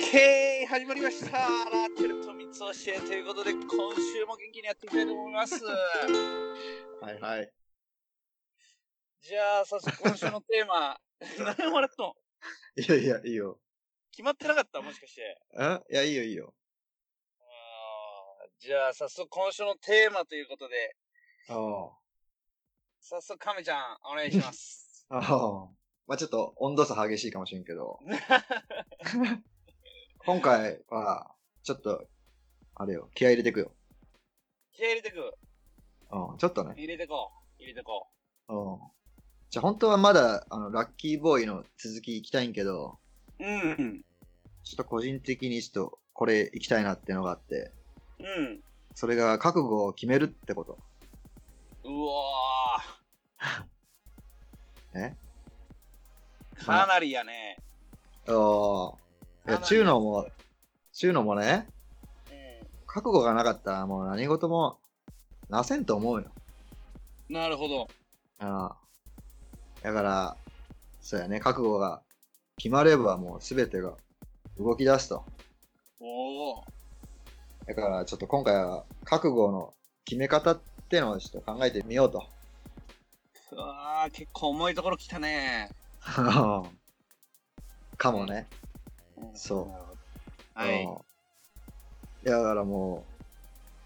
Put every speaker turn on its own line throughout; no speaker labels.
へい始まりましたラーテルと三つ教えということで今週も元気にやっていきたいと思います
はいはい。
じゃあ早速今週のテーマ 何もらったの
いやいや、いいよ。
決まってなかったもしかして
あいや、いいよいいよ。
あーじゃあ早速今週のテーマということで
あ
早速亀ちゃんお願いします
あ。ああ。 まあちょっと温度差激しいかもしれんけど、今回は、ちょっと、あれよ、気合い入れてくよ。
気合入れてく
うん、ちょっとね。
入れてこう入れてこ
うん。じゃあ本当はまだ、あの、ラッキーボーイの続き行きたいんけど、
ううん
ちょっと個人的にちょっと、これ行きたいなってのがあって、
うん
それが覚悟を決めるってこと。
うわ
ね。
ーかなりやね、
ああ。いや、
かなり
ちゅうのも、ちゅうのもね、
う
覚悟がなかったらもう何事もなせんと思うよ。
ん、なるほど
ああだから、そうやね、覚悟が決まればもう全てが動き出すと。
おお
だからちょっと今回は覚悟の決め方ってのをちょっと考えてみようと。
うわー結構重いところ来たね
かもね。そう
は
う
い
ん。いや、だからも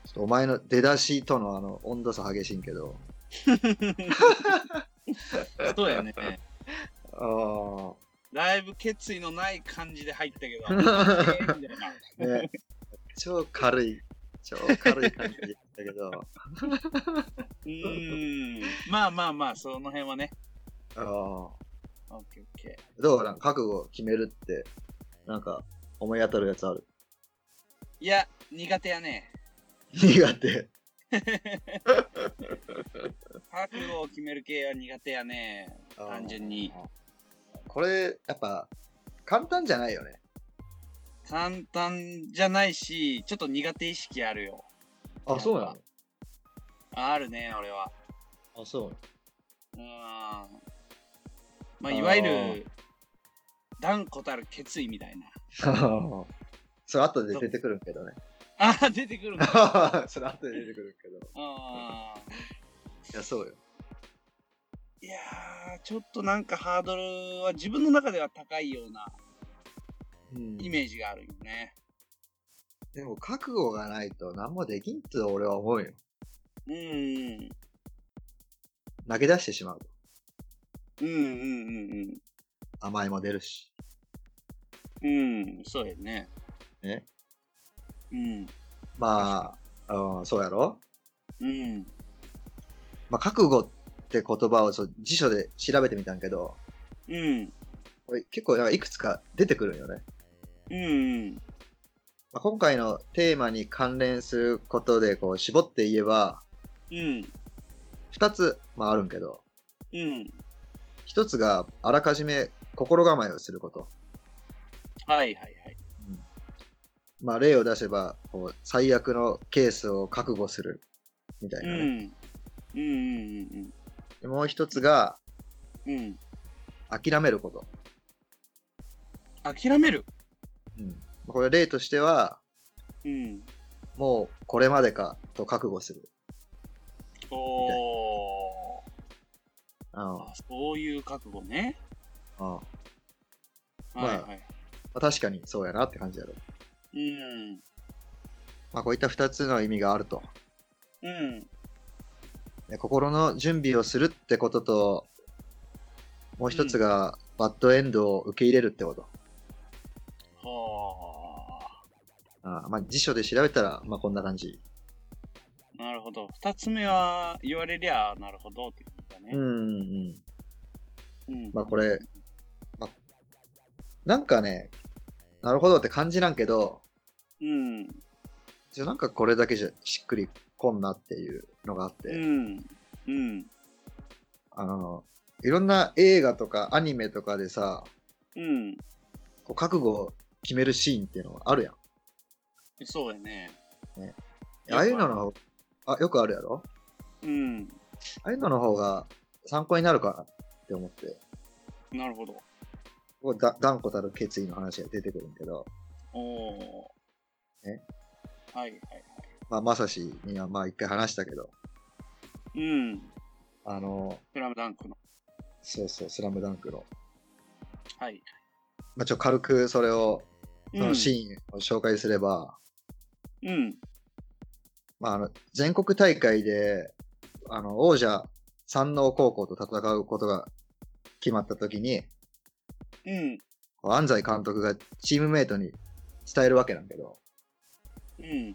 う、ちょっとお前の出だしとのあの温度差激しいんけど。
そうやね。
あ
だいぶ決意のない感じで入ったけ ど。みたいな
あ。ね。超軽い、超軽い感じだけど。
うーん。まあまあまあ、その辺はね。
ああ。
オッケーオッケ
どうなんか覚悟を決めるって、なんか、思い当たるやつある
ー。いや、苦手やね。
苦手。
覚悟を決める系は苦手やね。単純に。
これ、やっぱ、簡単じゃないよね。
簡単じゃないし、ちょっと苦手意識あるよ。
あ
そうなあるね、俺は。
のあ、そう
うーん。まあ、
あー
いわゆる、断固たる決意みたいな。
なの それ後で出てくるけどね。
あー、出てくるの。
それ後で出てくるけど。
あー
いや、そうよ。
いやー、ちょっとなんかハードルは自分の中では高いような
うん
イメージがあるよね。
でも、覚悟がないと何もできんと俺は思うよ。
うん、うん、
投げ出してしまうと。
うん、うん、
甘えも出るし。
うん、うん、そうやね。
ね。
うん、
まあ、うん、そうやろ
うん、
まあ、覚悟って言葉をそう辞書で調べてみたんけど、
うん、
これ結構なんかいくつか出てくるんよね。
うん、
まあ、今回のテーマに関連することでこう絞って言えば、
うん、
二つ、まあ、あるんけど、
うん、
一つがあらかじめ心構えをすること。
はいはいはい。
まあ、例を出せばこう最悪のケースを覚悟するみたいうな
ん、
ね。
うん、うん、
でもう一つが
うん、うん。
諦めること。
諦める
うん、これ例としては、
うん。
もうこれまでかと覚悟する。
おー。
うん
あそういう覚悟ね。
うんまあ
はいはい。
まあ、確かにそうやなって感じやろ。
うん、
まあ、こういった二つの意味があると。
うん、
ね心の準備をするってことと、もう一つが、バッドエンドを受け入れるってこと。
はー。
あーまあ、辞書で調べたら、まあ、こんな感じ。
なるほど。二つ目は言われりゃなるほどってことだ
うん、
ね。
うん。
うん
まあ、これ、まあ、なんかね、なるほどって感じなんけど、
うん。
じゃなんかこれだけじゃしっくりこんなっていうのがあって、
うん。うん。
あの、いろんな映画とかアニメとかでさ、
うん。
こう覚悟を決めるシーンっていうのがあるやん。
そうやね。
ね
やっぱ
ああいうのの方、あ、よくあるやろ
うん。
ああいうのの方が参考になるかなって思って、
なるほど。
ここだ断固たる決意の話が出てくるんだけど、
おー。
ね
はいはい
まあ、まさしにはまあ一回話したけど、
はい。うん。
あの、
スラムダンクの。
そうそう、スラムダンクの。
はい。
まあ、ちょ、軽くそれを、その
ー
シーンを紹介すれば、
ン。うん。
まあ、あの、全国大会で、あの、王者、山王高校と戦うことが決まった時に、
うん。
安西監督がチームメイトに伝えるわけなんだけど、
うん。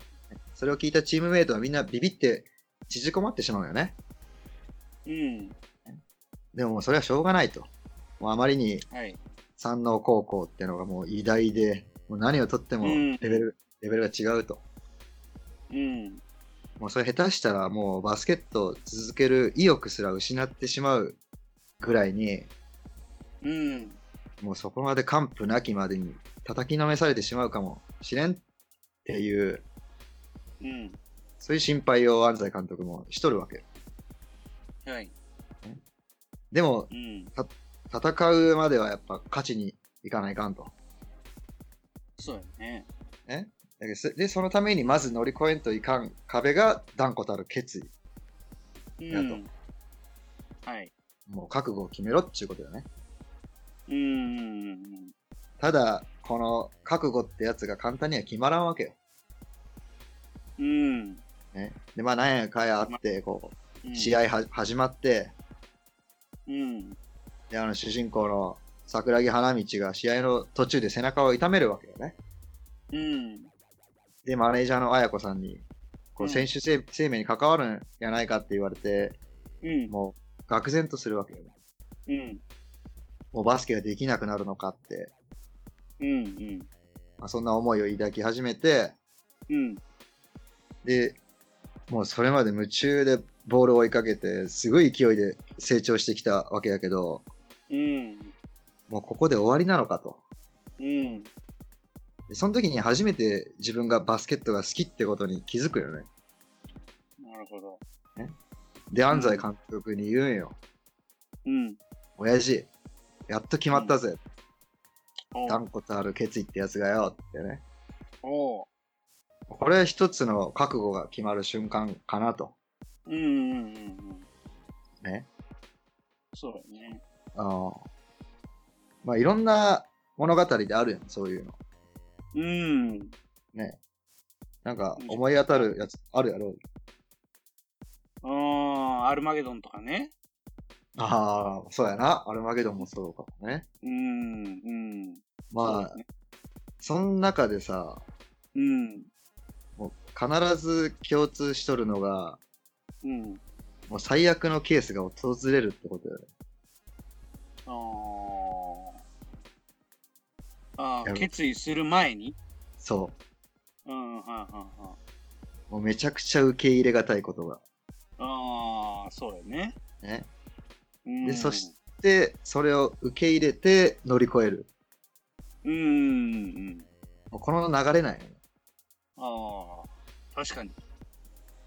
それを聞いたチームメイトはみんなビビって縮こまってしまうよね。
うん。
でももうそれはしょうがないと。もうあまりに
はい。
山王高校ってのがもう偉大で、もう何をとっても
うん
レベル、レベルが違うと。
うん。
もうそれ下手したらもうバスケットを続ける意欲すら失ってしまうぐらいに、
うん。
もうそこまで完膚なきまでに叩きのめされてしまうかもしれんっていう、
うん。
そういう心配を安西監督もしとるわけ。
はい。
でも
うん。
戦うまではやっぱ勝ちにいかないかんと。
そうやね。
ね、だけどそで、そのためにまず乗り越えんといかん壁が断固たる決意。
う
やっ
ん。はい。
もう覚悟を決めろっていうことだよね。
うんうんうんうん。
ただ、この覚悟ってやつが簡単には決まらんわけよ。
うん。
ね、で、まあ、なんやかんやあって、こ
う
う、
ん
試。合は、始まって、
うん。
で、あの、主人公の桜木花道が試合の途中で背中を痛めるわけよね。
うん。
で、マネージャーの綾子さんに、こ
う
う、
ん
選手生生命に関わるんじゃないかって言われて、
うん。
もう、愕然とするわけよね。
うん。
もうバスケができなくなるのかって。
うん。うん。
まあ、そんな思いを抱き始めて、
うん。
で、もうそれまで夢中でボールを追いかけて、すごい勢いで成長してきたわけやけど、
うん。
もうここで終わりなのかと。
うん。
でその時に初めて自分がバスケットが好きってことに気づくよね。
なるほど。
で、安西監督に言うんよ。
うん。
親父、やっと決まったぜ。
おう
断固たる決意ってやつがよ。ってね。
おう。
これは一つの覚悟が決まる瞬間かなと。
うんうんうんうん。
ね。
そうだね。
あのまあ、いろんな物語であるやん、そういうの。
うん。
ね。なんか、思い当たるやつあるやろ
あー、アルマゲドンとかね。
ああ、そうやな。アルマゲドンもそうかもね。
うん。うん。そう
ま
だ
あ、
ね
その中でさ、
うん。
もう必ず共通しとるのが、
うん。
もう最悪のケースが訪れるってことよね。
あー。あ
や
ー、
る
決意する前に
そ
うん、はいはいはい。
う。もうめちゃくちゃ受け入れがたいことが。
あー、そうだね。
ね。
うん、
でそしで、それを受け入れて乗り越える。
うんうんうん。
もうこの流れなんよね。
あー、確かに。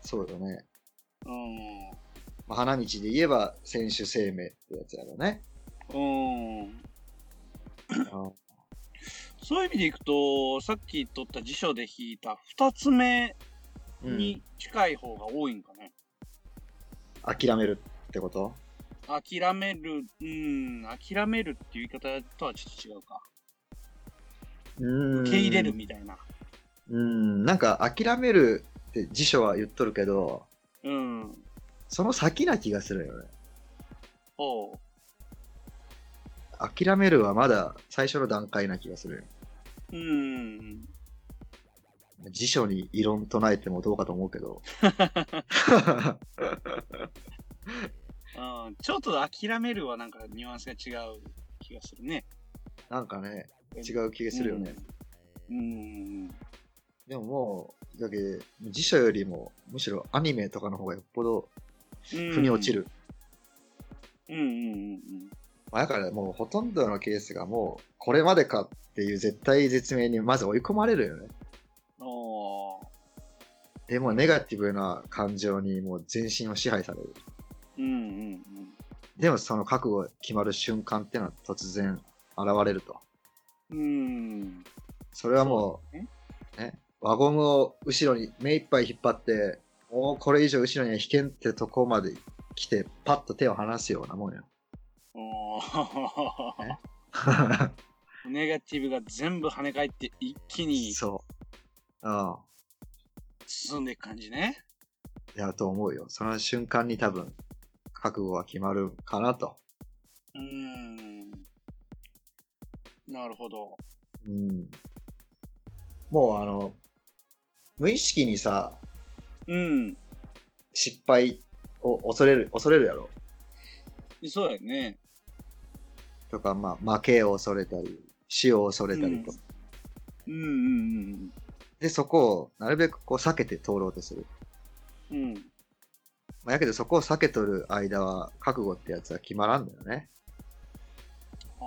そうよね。
うん。
まあ、花道で言えば選手生命ってやつや ろね。
うん。
うん
そういう意味でいくと、さっき取った辞書で引いた二つ目
うん、
に近い方が多いんかね。
諦めるってこと
諦める、うん、諦めるっていう言い方とはちょっと違うか。
受
受け入れるみたいな。
うん、なんか諦めるって辞書は言っとるけど、
うん。
その先な気がするよね。
おう。
諦めるはまだ最初の段階な気がするよ。
うん。
辞書に異論唱えてもどうかと思うけど。
うん、ちょっと諦めるはなんかニュアンスが違う気がするね。
なんかね、違う気がするよね。
うん。うん。
でももう、だけど辞書よりもむしろアニメとかの方がよっぽど
腑
腑に落ち。る。
うんうんうん
まあだからもうほとんどのケースがもうこれまでかっていう絶対絶命にまず追い込まれるよね。
うん。おー。
でもネガティブな感情にもう全身を支配される。
うんうんうん。
でもその覚悟が決まる瞬間っていうのは突然現れると。
うん。
それはも
そう
う、ね、輪ゴムを後ろに目いっぱい引っ張って、もうこれ以上後ろには引けんってとこまで来て、パッと手を離すようなもんよ。
おー ネガティブが全部跳ね返って一気に
そう。うん。
進んでいく感じね。
やと思うよ。その瞬間に多分、覚悟が決まるかなと。
うーん。なるほど。
うん。もうあの、無意識にさ、
うん。
失敗を恐れる、恐れるやろ。
そうだよね。
とか、まあ、負けを恐れたり、死を恐れたりと。
うんうんうん
で、そこを、なるべくこう避けて通ろうとする。
うんうん。うん。
まあ、やけどそこを避けとる間は、覚悟ってやつは決まらんだよね。
あ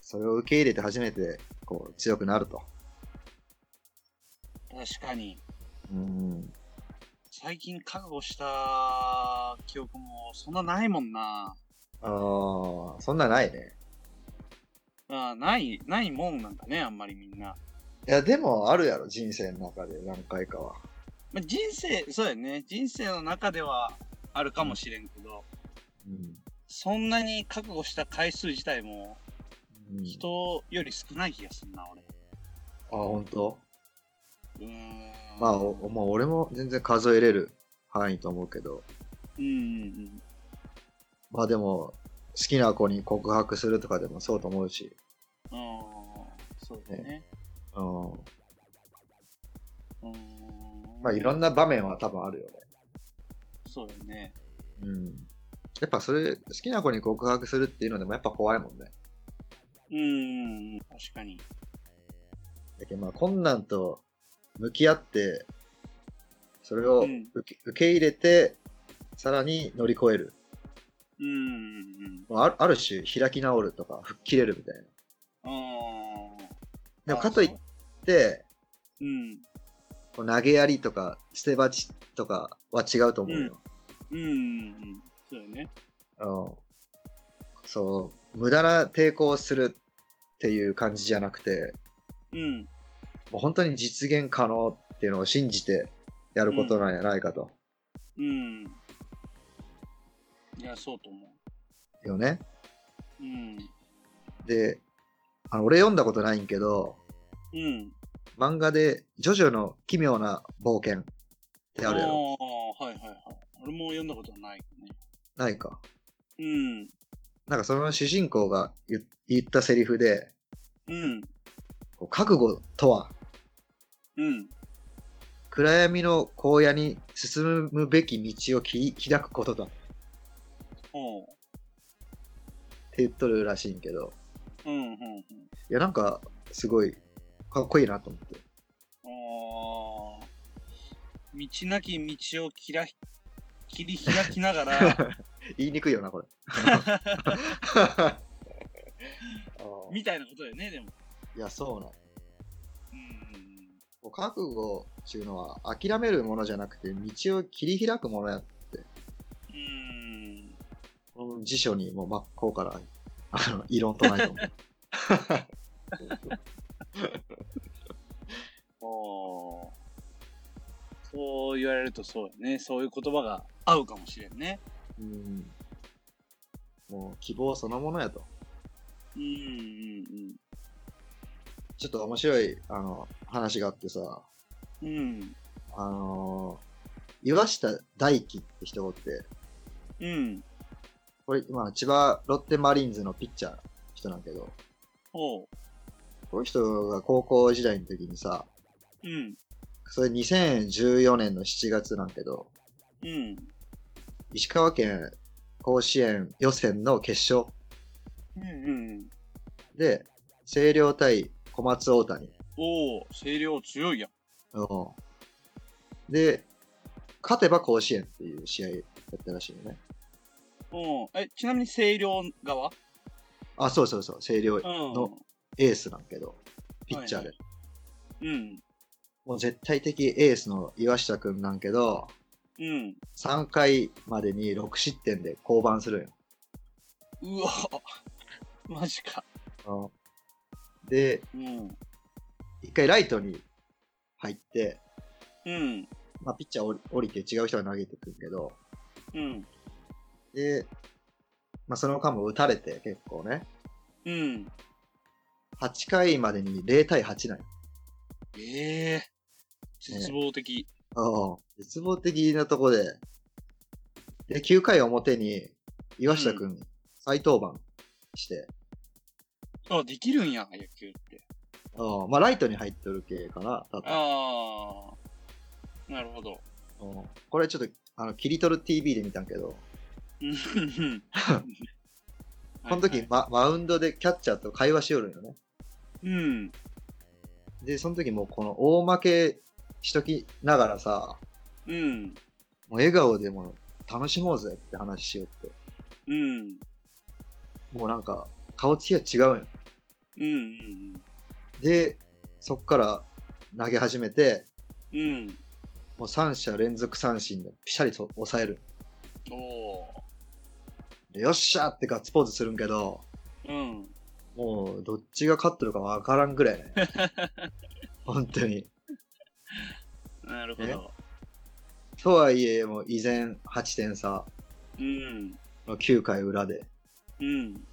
それを受け入れて初めて、こう、強くなると。
ー確かに。
うん。
最近覚悟した記憶もそんなないもんな。
ああ、そんなないね。
あーない、ないもんなんかね、あんまりみんな。
いや、でもあるやろ、人生の中で何回かは。
まあ、人生、そうだよね。人生の中ではあるかもしれんけど、
うん。
そんなに覚悟した回数自体も
うん、
人より少ない気がするな、俺。
あ、本当？
うーん。
まあ、おもう俺も全然数えれる範囲と思うけど、
うんうん
まあでも、好きな子に告白するとかでもそうと思うし、
うん。あーそうだね。
うん。
うーん。
まあいろんな場面は多分あるよね。
そうだよね。
うん。やっぱそれ、好きな子に告白するっていうのでもやっぱ怖いもんね。
うんうんうん。確かに。
だけどまあ困難と向き合って、それを
うん
受け,、受け入れて、さらに乗り越える。
うんうん
まああるある種開き直るとか、吹っ切れるみたいな。
うん。あー
でもかといって、
うん。
こう投げやりとか捨て鉢とかは違うと思うよ。
うんうんうん。そうだよね。
あのそう、無駄な抵抗をするっていう感じじゃなくて、
うん。
もう本当に実現可能っていうのを信じてやることなんじゃないかと。
うん。いや、そうと思
よね。
う。うん。
で、あの俺読んだことないんけど、
うん。
漫画でジョジョの奇妙な冒険ってあるやろ。
あーはいはいはい。俺も読んだことはないね。
ないか。
うん。
なんかその主人公が言言ったセリフで、
うん。
こう覚悟とは
うん。
暗闇の荒野に進むべき道を切り 開くことだって
おう。
言っとるらしいんけど、
うんうんうん。
いやなんかすごいかっこいいなと思って。
ああ。道なき道を切らひ切り開きながら、
言いにくいよな、これ。
みたいなことだよね、でも。
いや、そうなの
うん。
こう覚悟っていうのは諦めるものじゃなくて道を切り開くものや。
うん。
この辞書にもう真っ向から、あの、異論とないと思う。
おーそう言われるとそうだね。そういう言葉が合うかもしれんね。
うんもう希望そのものやと。
うんうん
ちょっと面白い、あの、話があってさ、
うん。うん。
あのー岩下大輝って人がおって、
うん。
これ今、千葉ロッテマリーンズのピッチャーの人なんだけど、
おう。
この人が高校時代の時にさ、
うん。
それ2014年の7月なんだけど、
うん。
石川県甲子園予選の決勝
うんうん。
で、星稜対小松大谷。
おお声量強いやん。
うんで、勝てば甲子園っていう試合だったらしいよね。
うん。え、ちなみに声量側
あ、そうそうそう、星稜の
う
エースなんだけど、ピッチャー
ん。
で。
うん。
もう絶対的エースの岩下くんなんけど、
うん。
3回までに6失点で降板するんよ
うわマジか。。
うんで、
うん。
一回ライトに入って、
うん。
まあ、ピッチャー降り降りて違う人が投げてくるけど、
うん。
で、まあ、その間も打たれて結構ね、
うん。
8回までに0対8なんよ
ええ絶望的。
うん絶望的なとこで、で、9回表に岩下くん再登板して、
あ、できるんや、野球って。
うんまあ、ライトに入ってる系かな、多分
ああ。なるほど。
うんこれちょっと、あの、キリトル TV で見たんけど、
うんうん。
この
は
時、
いはい
ま、マウンドでキャッチャーと会話しよるんよね。
うん。
で、その時もうこの大負けしときながらさ、
うん。
もう笑顔でもう楽しもうぜって話しよって。
うん。
もうなんか、顔つきが違うんよ。
うん。うん。
で、そっから投げ始めて、
うん。
もう3者連続三振でピシャリと抑える。
おー。
でよっしゃーってガッツポーズするんけど、
うん。
もうどっちが勝ってるかわからんぐらいね。本当に。
なるほど。
とはいえ、もう依然8点差
うん。
の9回裏で。
うん。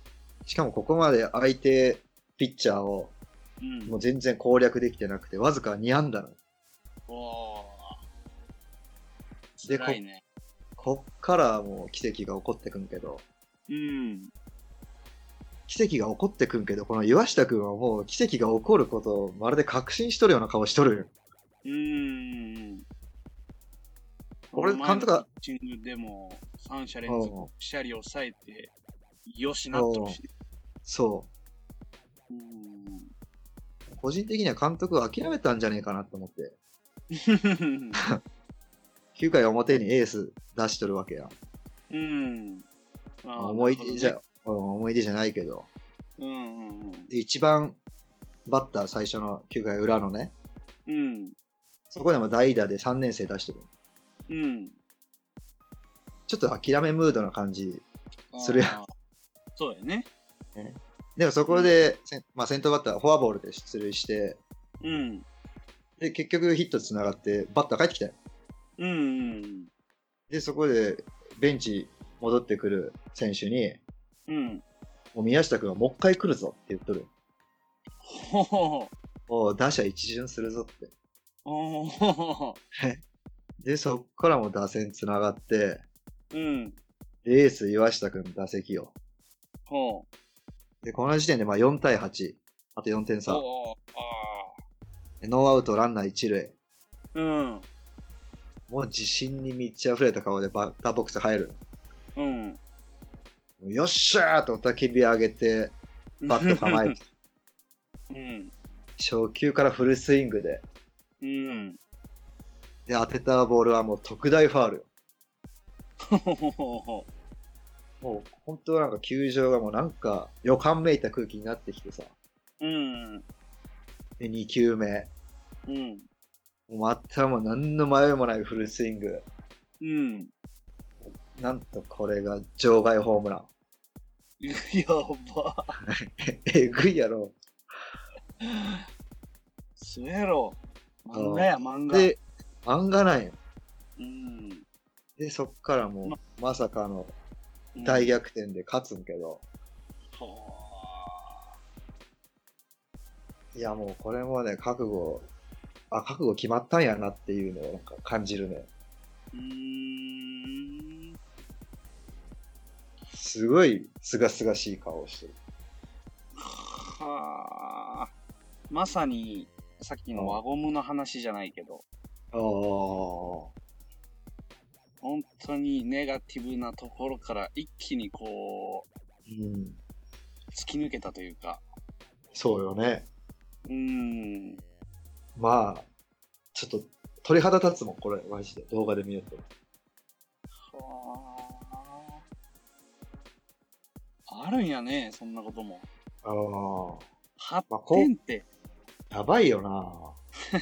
しかもここまで相手ピッチャーを
うん。
もう全然攻略できてなくて、わずか2安打なの。
おー。
で
辛いね。
こっからもう奇跡が起こってくんけど、
うん。
奇跡が起こってくんけど、この岩下くんはもう奇跡が起こることをまるで確信しとるような顔しとるよ。
うん。
俺
この前の
監督は
ピッチングでも、三者連続、ピシャリ抑えて、よしなってほしい。
そ
うん。
う。個人的には監督は諦めたんじゃねえかなと思って、9回表にエース出しとるわけや。
うん。あー
思い出じゃ、。うん思い出じゃないけど。
うんうんうん。
で、一番バッター最初の9回裏のね、
うん。
そこでも代打で3年生出してる。
うん。
ちょっと諦めムードな感じ。するやん
あー。そうだよね。
でもそこで、せんまあ、先頭バッターフォアボールで出塁して、
うん。
で、結局ヒット繋がって、バッター帰ってきたよ。
うんうん
で、そこで、ベンチ戻ってくる選手に、
うん。うん。
もう宮下君はもう一回来るぞって言っとる。
ほほ
おう打者一巡するぞって。
ほほ。
で、そっからも打線繋がって、
うん。
でエース岩下君打席を。
ほう。
で、この時点でまあ4対8。あと4点差。
おーあ
でノーアウトランナー一塁。
ー。うん。
もう自信に満ち溢れた顔でバッターボックス入る。
うん。
もうよっしゃーとおたき火上げて、バット構えて、
うん。
初球からフルスイングで。
うん。
で、当てたボールはもう特大ファールよ。
ほほほほ。
もう本当なんか球場がもうなんか予感めいた空気になってきてさ。
うん。
で、2球目。
うん。
もうまたもう何の迷いもないフルスイング。
うん。
なんとこれが場外ホームラン。
やば。
えぐいやろ。
すやろ。漫画や漫画。
で、漫画なんよ。
うん。
で、そっからも
ま
う、まさかの
うん
大逆転で勝つんけど、
ほ
いやもうこれもね、覚悟、あ、覚悟決まったんやなっていうのをなんか感じるね。
ーうーん。
すごい、すがすがしい顔をしてる。
はあ。まさに、さっきの輪ゴムの話じゃないけど、
ああ、
本当にネガティブなところから一気にこう、
うん。
突き抜けたというか。
そうよね。
うん。
まあ、ちょっと、鳥肌立つもん、これ、マジで。動画で見ると。
はあ。あるんやね、そんなことも。
あま
8
あこう
点って。
あ、やばいよ な。い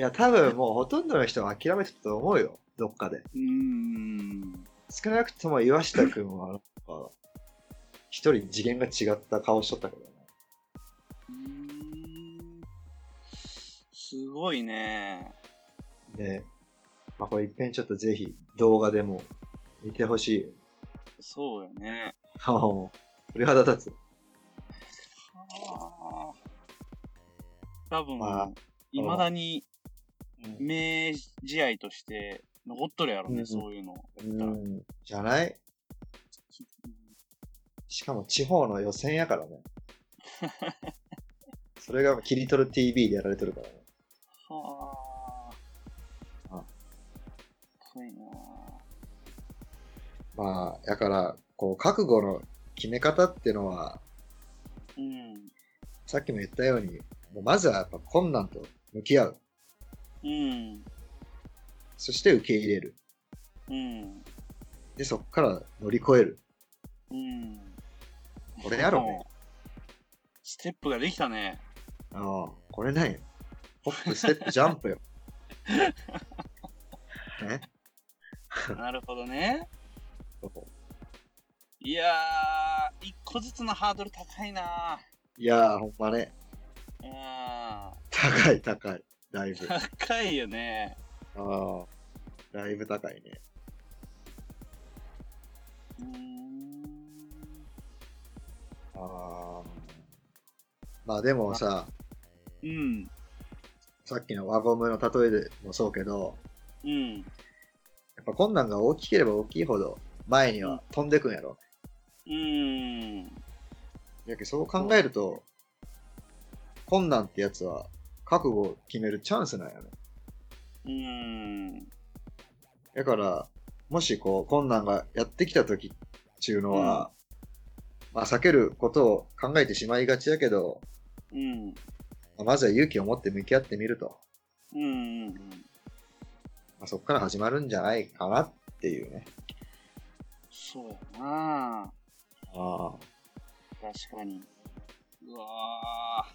や、多分もうほとんどの人は諦めてたと思うよ。どっかで。
うーん。
少なくとも岩下くんは、なんか、一人次元が違った顔しとったけどね。
すごいね。
で、まあ、これ一遍ちょっとぜひ動画でも見てほしい。
そうよね。
ああ、もう鳥肌立つ。
あー多分、
まあ
いまだに
うん
名試合として残っとるやろね、
うん
そういうのやっ
う
たら。
ん、じゃないしかも地方の予選やからね。それがキリトル TV でやられてるからね。
はあ。
あ
すごいな
まあ、だから、こう、覚悟の決め方ってのは、
うん。
さっきも言ったように、もうまずはやっぱ困難と向き合う。
うん。
そして受け入れる。
うん。
で、そこから乗り越える。
うん。
これやろね。
ステップができたね。
ああ、これなんよ。ホップ、ステップ、ジャンプよ。ね
なるほどね。
そう
いやー、一個ずつのハードル高いない
やー、ほんまね。
うん。
高い、高い。だいぶ。あ
高いよね。
あ、だいぶ高いね。
うーん。
ああ。まあでもさ、
うん。
さっきの輪ゴムの例えでもそうけど、
うん。
やっぱ困難が大きければ大きいほど前には飛んでくんやろ。
うん。
やけそう考えると、困難ってやつは覚悟を決めるチャンスなんやね。
うん。
だから、もしこう困難がやってきた時っていうのは、まあ避けることを考えてしまいがちやけど、
うん。
まあまずは勇気を持って向き合ってみると、
うんうん。
まあ、そこから始まるんじゃないかなっていうね。
そうやな
ああ。
確かに。うわ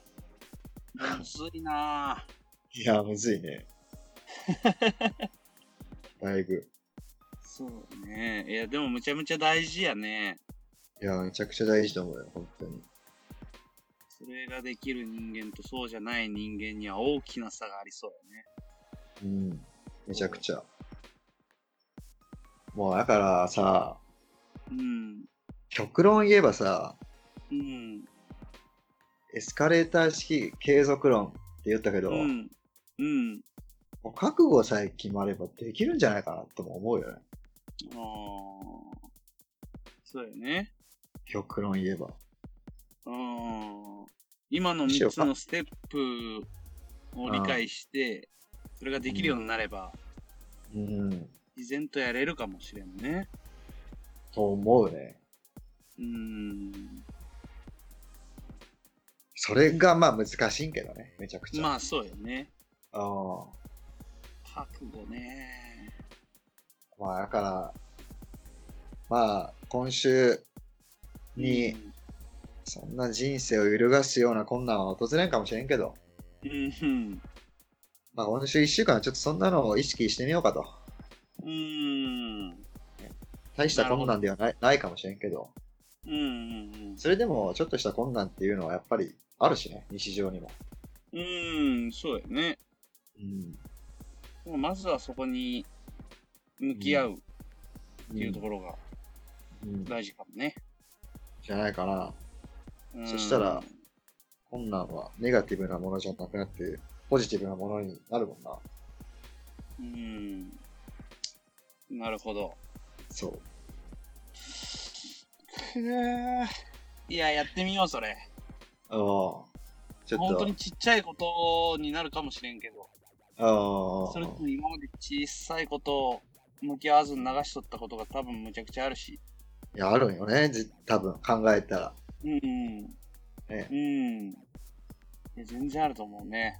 ぁ。むずいない
や、むずいね。 だいぶ。
そうね。いや、でもむちゃむちゃ大事やね。
いや、めちゃくちゃ大事と思うよ、本当に。
それができる人間とそうじゃない人間には大きな差がありそうやね。
うん。めちゃくちゃ。もうだからさ、
うん。
極論言えばさ、
うん。
エスカレーター式継続論って言ったけど、
うん。うん。
もう覚悟さえ決まればできるんじゃないかなとも思うよね。
ああ。そうやね。
極論言えば。
うん。今の3つのステップを理解して、それができるようになれば、
うん。
自然とやれるかもしれんね。
と思うね。
うーん。
それがまあ難しいんけどね、めちゃくちゃ。
まあそうよね。
あー、
覚悟ね。
まあだから、まあ今週にそんな人生を揺るがすような困難は訪れんかもしれんけど、
うん。うん。
まあ今週一週間はちょっとそんなのを意識してみようかと。
うん。
大した困難ではないないかもしれんけど、
うん。うん。
それでもちょっとした困難っていうのはやっぱりあるしね、日常にも。
うん。うんそうよね。
うん。
でもまずはそこに向き合うっていうところが
うん
大事かもね。
じゃないかな。
うん
そしたら、困難はネガティブなものじゃなくなって、ポジティブなものになるもんな。
うん。なるほど。
そう。
くーいや、やってみよう、それ。
ああ。ちょ
本
っ
当
と
に、ちっちゃいことになるかもしれんけど。
あ
それと
あ。
も今まで小さいことを向き合わずに流しとったことが多分むちゃくちゃあるし。
いや、あるんよね、じ多分考えたら。
うん。
ね
う、ん。いや全然あると思うね。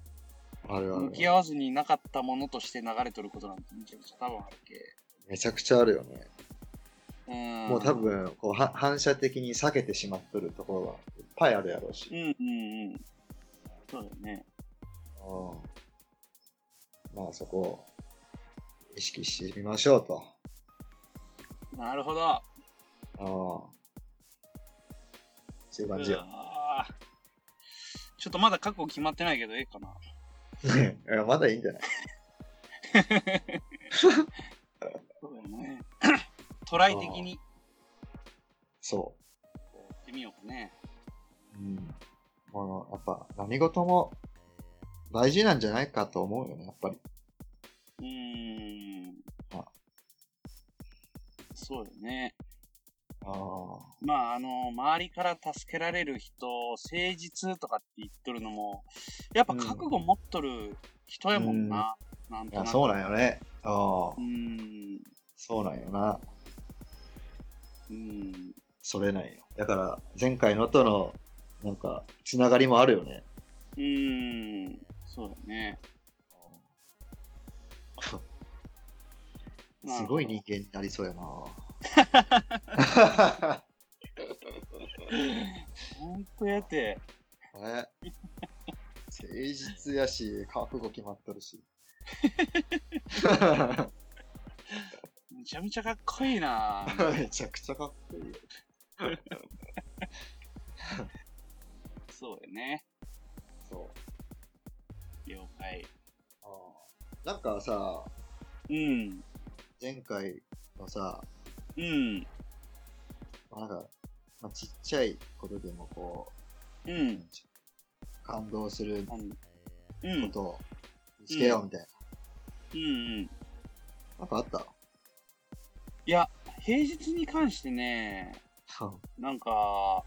あるあ
向
る
き。合わずになかったものとして流れとることなんてめちゃくちゃ多分あるけ。
めちゃくちゃあるよね。
うん。
もう多。分こうは、反射的に避けてしまっとるところがいっぱいあるやろうし
う。んうんうん。そうだよね。
うんまあ、そこを意識してみましょうと。
なるほど。
ああ。そういう感じ
う
よ。
わーちょっとまだ覚悟決まってないけど、ええかな。
ね いやまだいいんじゃない
そうだよ ね。トライ的に
そ
やってみようかね。
う。うん。もう、やっぱ、何事も大事なんじゃないかと思うよね、やっぱり。
うーん
あ。
そうだよね。
ああ。
まあ、あの、周りから助けられる人、誠実とかって言っとるのも、やっぱ覚悟持っとる人やもんな。なん
い
とな
や、
く。
そうなんよね。ああ
う。ん。
そうなんよな。
うん。
それなんよ。だから、前回のとの、なんか、つながりもあるよね。
うん。そうだね。
すごい
ね
人間になりそう やな。
ほんとやて。
ね。誠実やし、覚悟決まっと るし。
めちゃめちゃかっこいいな
めちゃくちゃかっこいいよ。
そうだよね。
そう。
了解。
あーなんかさ、
うん。
前回のさ、
うん。
なんか、まあ、ちっちゃいことでもこ
う
う、
ん。
感動するこ
うん。うん。
とを見つけようみたいな。
うんうん。
なんかあった
いや、平日に関してね、なんか、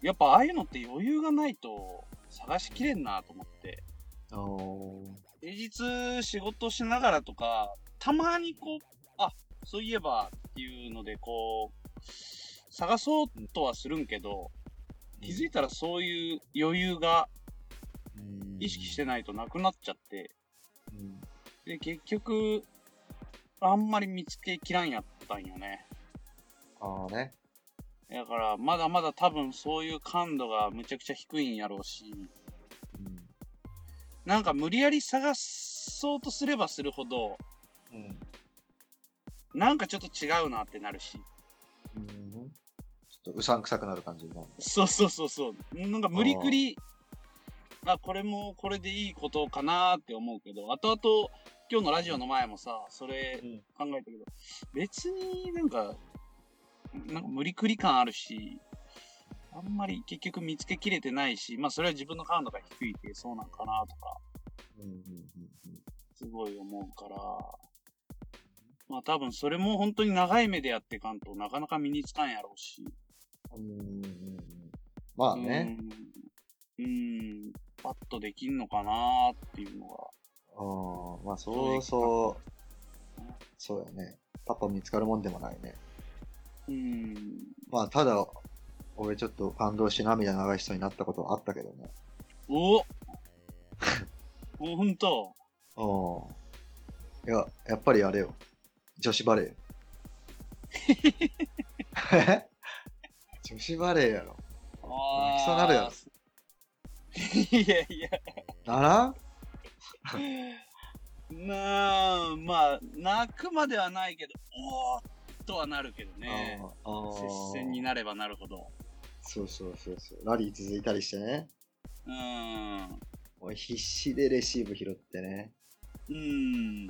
やっぱああいうのって余裕がないと探しきれんなと思って。
あの
平日仕事しながらとか、たまにこう、あ、そういえばっていうのでこう、探そうとはするんけど、気づいたらそういう余裕が意識して
ない。
ないとなくなっちゃって、
うん
で、結局、あんまり見つけきらんやったんよね。
ああね。
だから、まだまだ多分そういう感度がむちゃくちゃ低いんやろうし、
うん。
なんか無理やり探そうとすればするほど、
うん。
なんかちょっと違うなってなるし。
うんちょっとうさんくさくなる感じになる。
そうそうそうそう。なんか無理くり、あ、これもこれでいいことかなーって思うけど、後々、今日のラジオの前もさ、それ
うん
考えたけど、別になんか、なんか無理くり感あるし、あんまり結局見つけきれてないし、まあそれは自分の感度が低いってそうなんかなとか、
うんうん
すごい思うから、まあ多分それも本当に長い目でやっていかんとなかなか身につかんやろうし。
うんうん。うんうんうんまあね。
うん。うん。パッとできんのかなーっていうのが。
ああまあそうそう。そうやね。パパ見つかるもんでもないね。
うん。
まあただ、俺ちょっと感動して涙流しそうになったことはあったけどね。
おお、ほんと。
ああ。いや、やっぱりあれよ。女子バレーよ。え女子バレーやろ。泣きそうなるやろ。
ろ。いやいや。
ならん
なあ、まあ、泣くまではないけど、おーっとはなるけどね。
ああ
接戦に
な
なればなるほど。
そうそうそうそう。ラリー続いたりしてね。
うーん。
もう必死でレシーブ拾ってね。
うーん。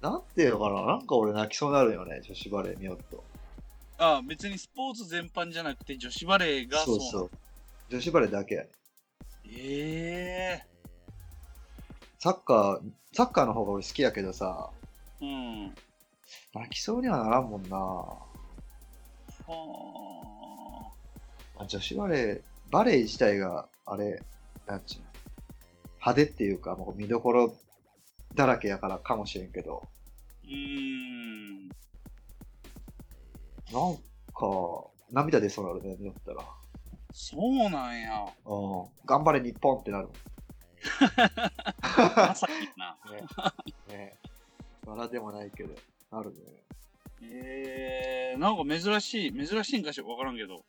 なんていうのかななんか俺泣きそうになるよね。女子バレー見よっと。
あ、別にスポーツ全般じゃなくて女子バレーが。
そうそうう。女子バレーだけやね。
ええ
サッカー、サッカーの方が俺好きやけどさ、
うん。
泣きそうにはならんもんな。
は
まあ女子バレー、バレー自体が、あれ、なんちゅうの、派手っていうか、もう見どころだらけやからかもしれんけど、
あ。うーん。
なんか、涙出そうなるね、だったら。
そうなんや。
うん。頑張れ日本ってなるもん。
まさきな。
ね。 ね。バラでもないけど、なるね。
ええなんか珍しい、珍しいんかしらわからんけど。
ど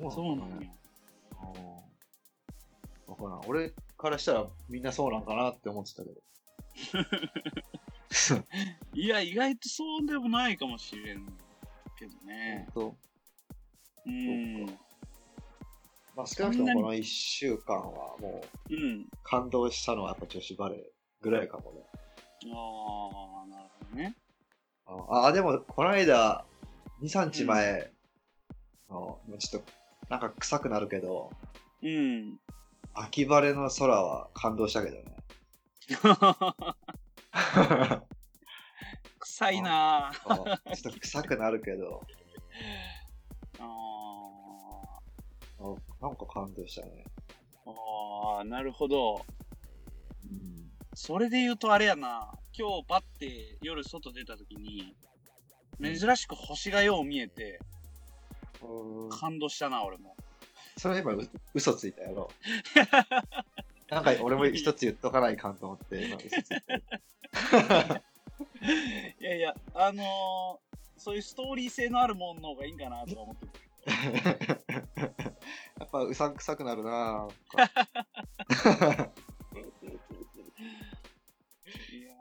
うな
そうな
の
んや。
うん。わからん。俺からしたらみんなそうなんかなって思ってたけど。
いや、意外とそうでもないかもし れんけどね。
ほんと
うん。
まあ、少なくともこの1週間はもう
うん。
感動したのはやっぱ女子バレーぐらいかもね。
ああ、なるほどね。
ああ、でもこの間、2、3日前の、ちょっとなんか臭くなるけど、
うん。
秋晴れの空は感動したけど ね。
臭いなぁ。
そうちょっと臭くなるけど、
あー
あなんか感動したね。
あー、なるほど。それで言うとあれやな。今日バッて夜外出た時に、珍しく星がよう見えて、
うん
感動したな、俺も。
それ今う嘘ついたや ろ。なんか俺も一つ言っとかないかんと思って、今嘘 ついた。
いやいや、あのー、そういうストーリー性のあるものの方がいいんかなとか思ってて。
やっぱうさんくさくなるな ぁ。
いや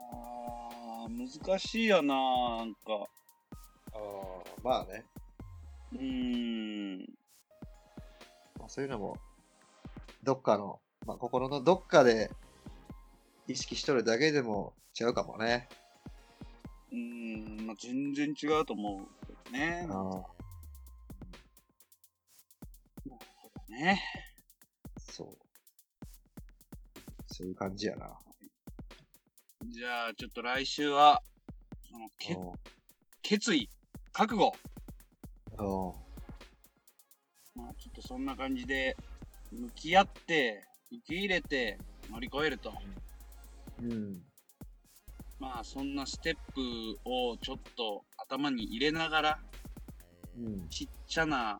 ー、難しいやななんか。
あーまあね、
うーん。
まあそういうのも、どっかの、まあ、心のどっかで意識しとるだけでも違うかもね。
うーん、まあ、全然違うと思うけどね。
あ
ね。
そう。そういう感じやな。
じゃあ、ちょっと来週は、その、け、決意、覚悟。
うんうん
まあ、ちょっとそんな感じで、向き合って、受け入れて、乗り越えると。
うん。
まあ、そんなステップをちょっと頭に入れながら、
うん。
ちっちゃな、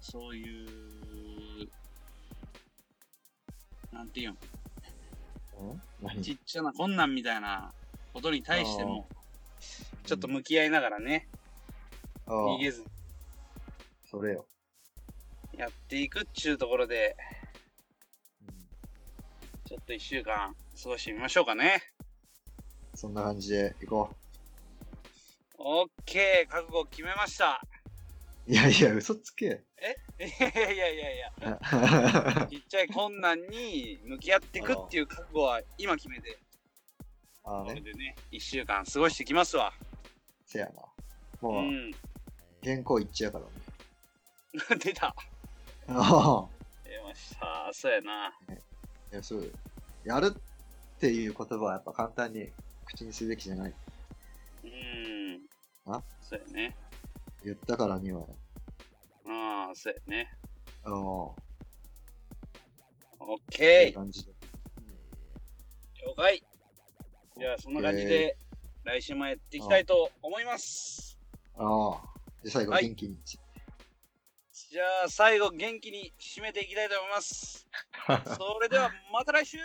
そういう、なんていうん、
何
ちっちゃな困難みたいなことに対しても、ちょっと向き合いながらね、
あ
逃
ー
げず
それよ。
やっていくっちゅうところで、
うん
ちょっと一週間過ごしてみましょうかね。
そんな感じで行こ
オッケー、覚悟決めました。
う。いやいや、嘘つけ。
いやいやいやいや、
あ
ちっちゃい困難に向き合っていくっていう覚悟は今決めて、
あ
これ
ね、
でね、一週間過ごしてきますわ。
せやな。
う
もう、
ん。
原稿一致やからね。
出た。
ああ。
出ました。そうやな。
いや、そうよやるっていう言葉はやっぱ簡単に口にすべきじゃない。
うん。
あ
そうやね。
言ったからには。
ああ、そうやね。
あの、
オッ
い
ケ
い感じで。
ー、了解。じゃあ、そんな感じで、来週もやっていきたいと思います。
ああ。で、最後、
はい
元 気に。
じゃあ最後元気に締めていきたいと思います。それではまた来週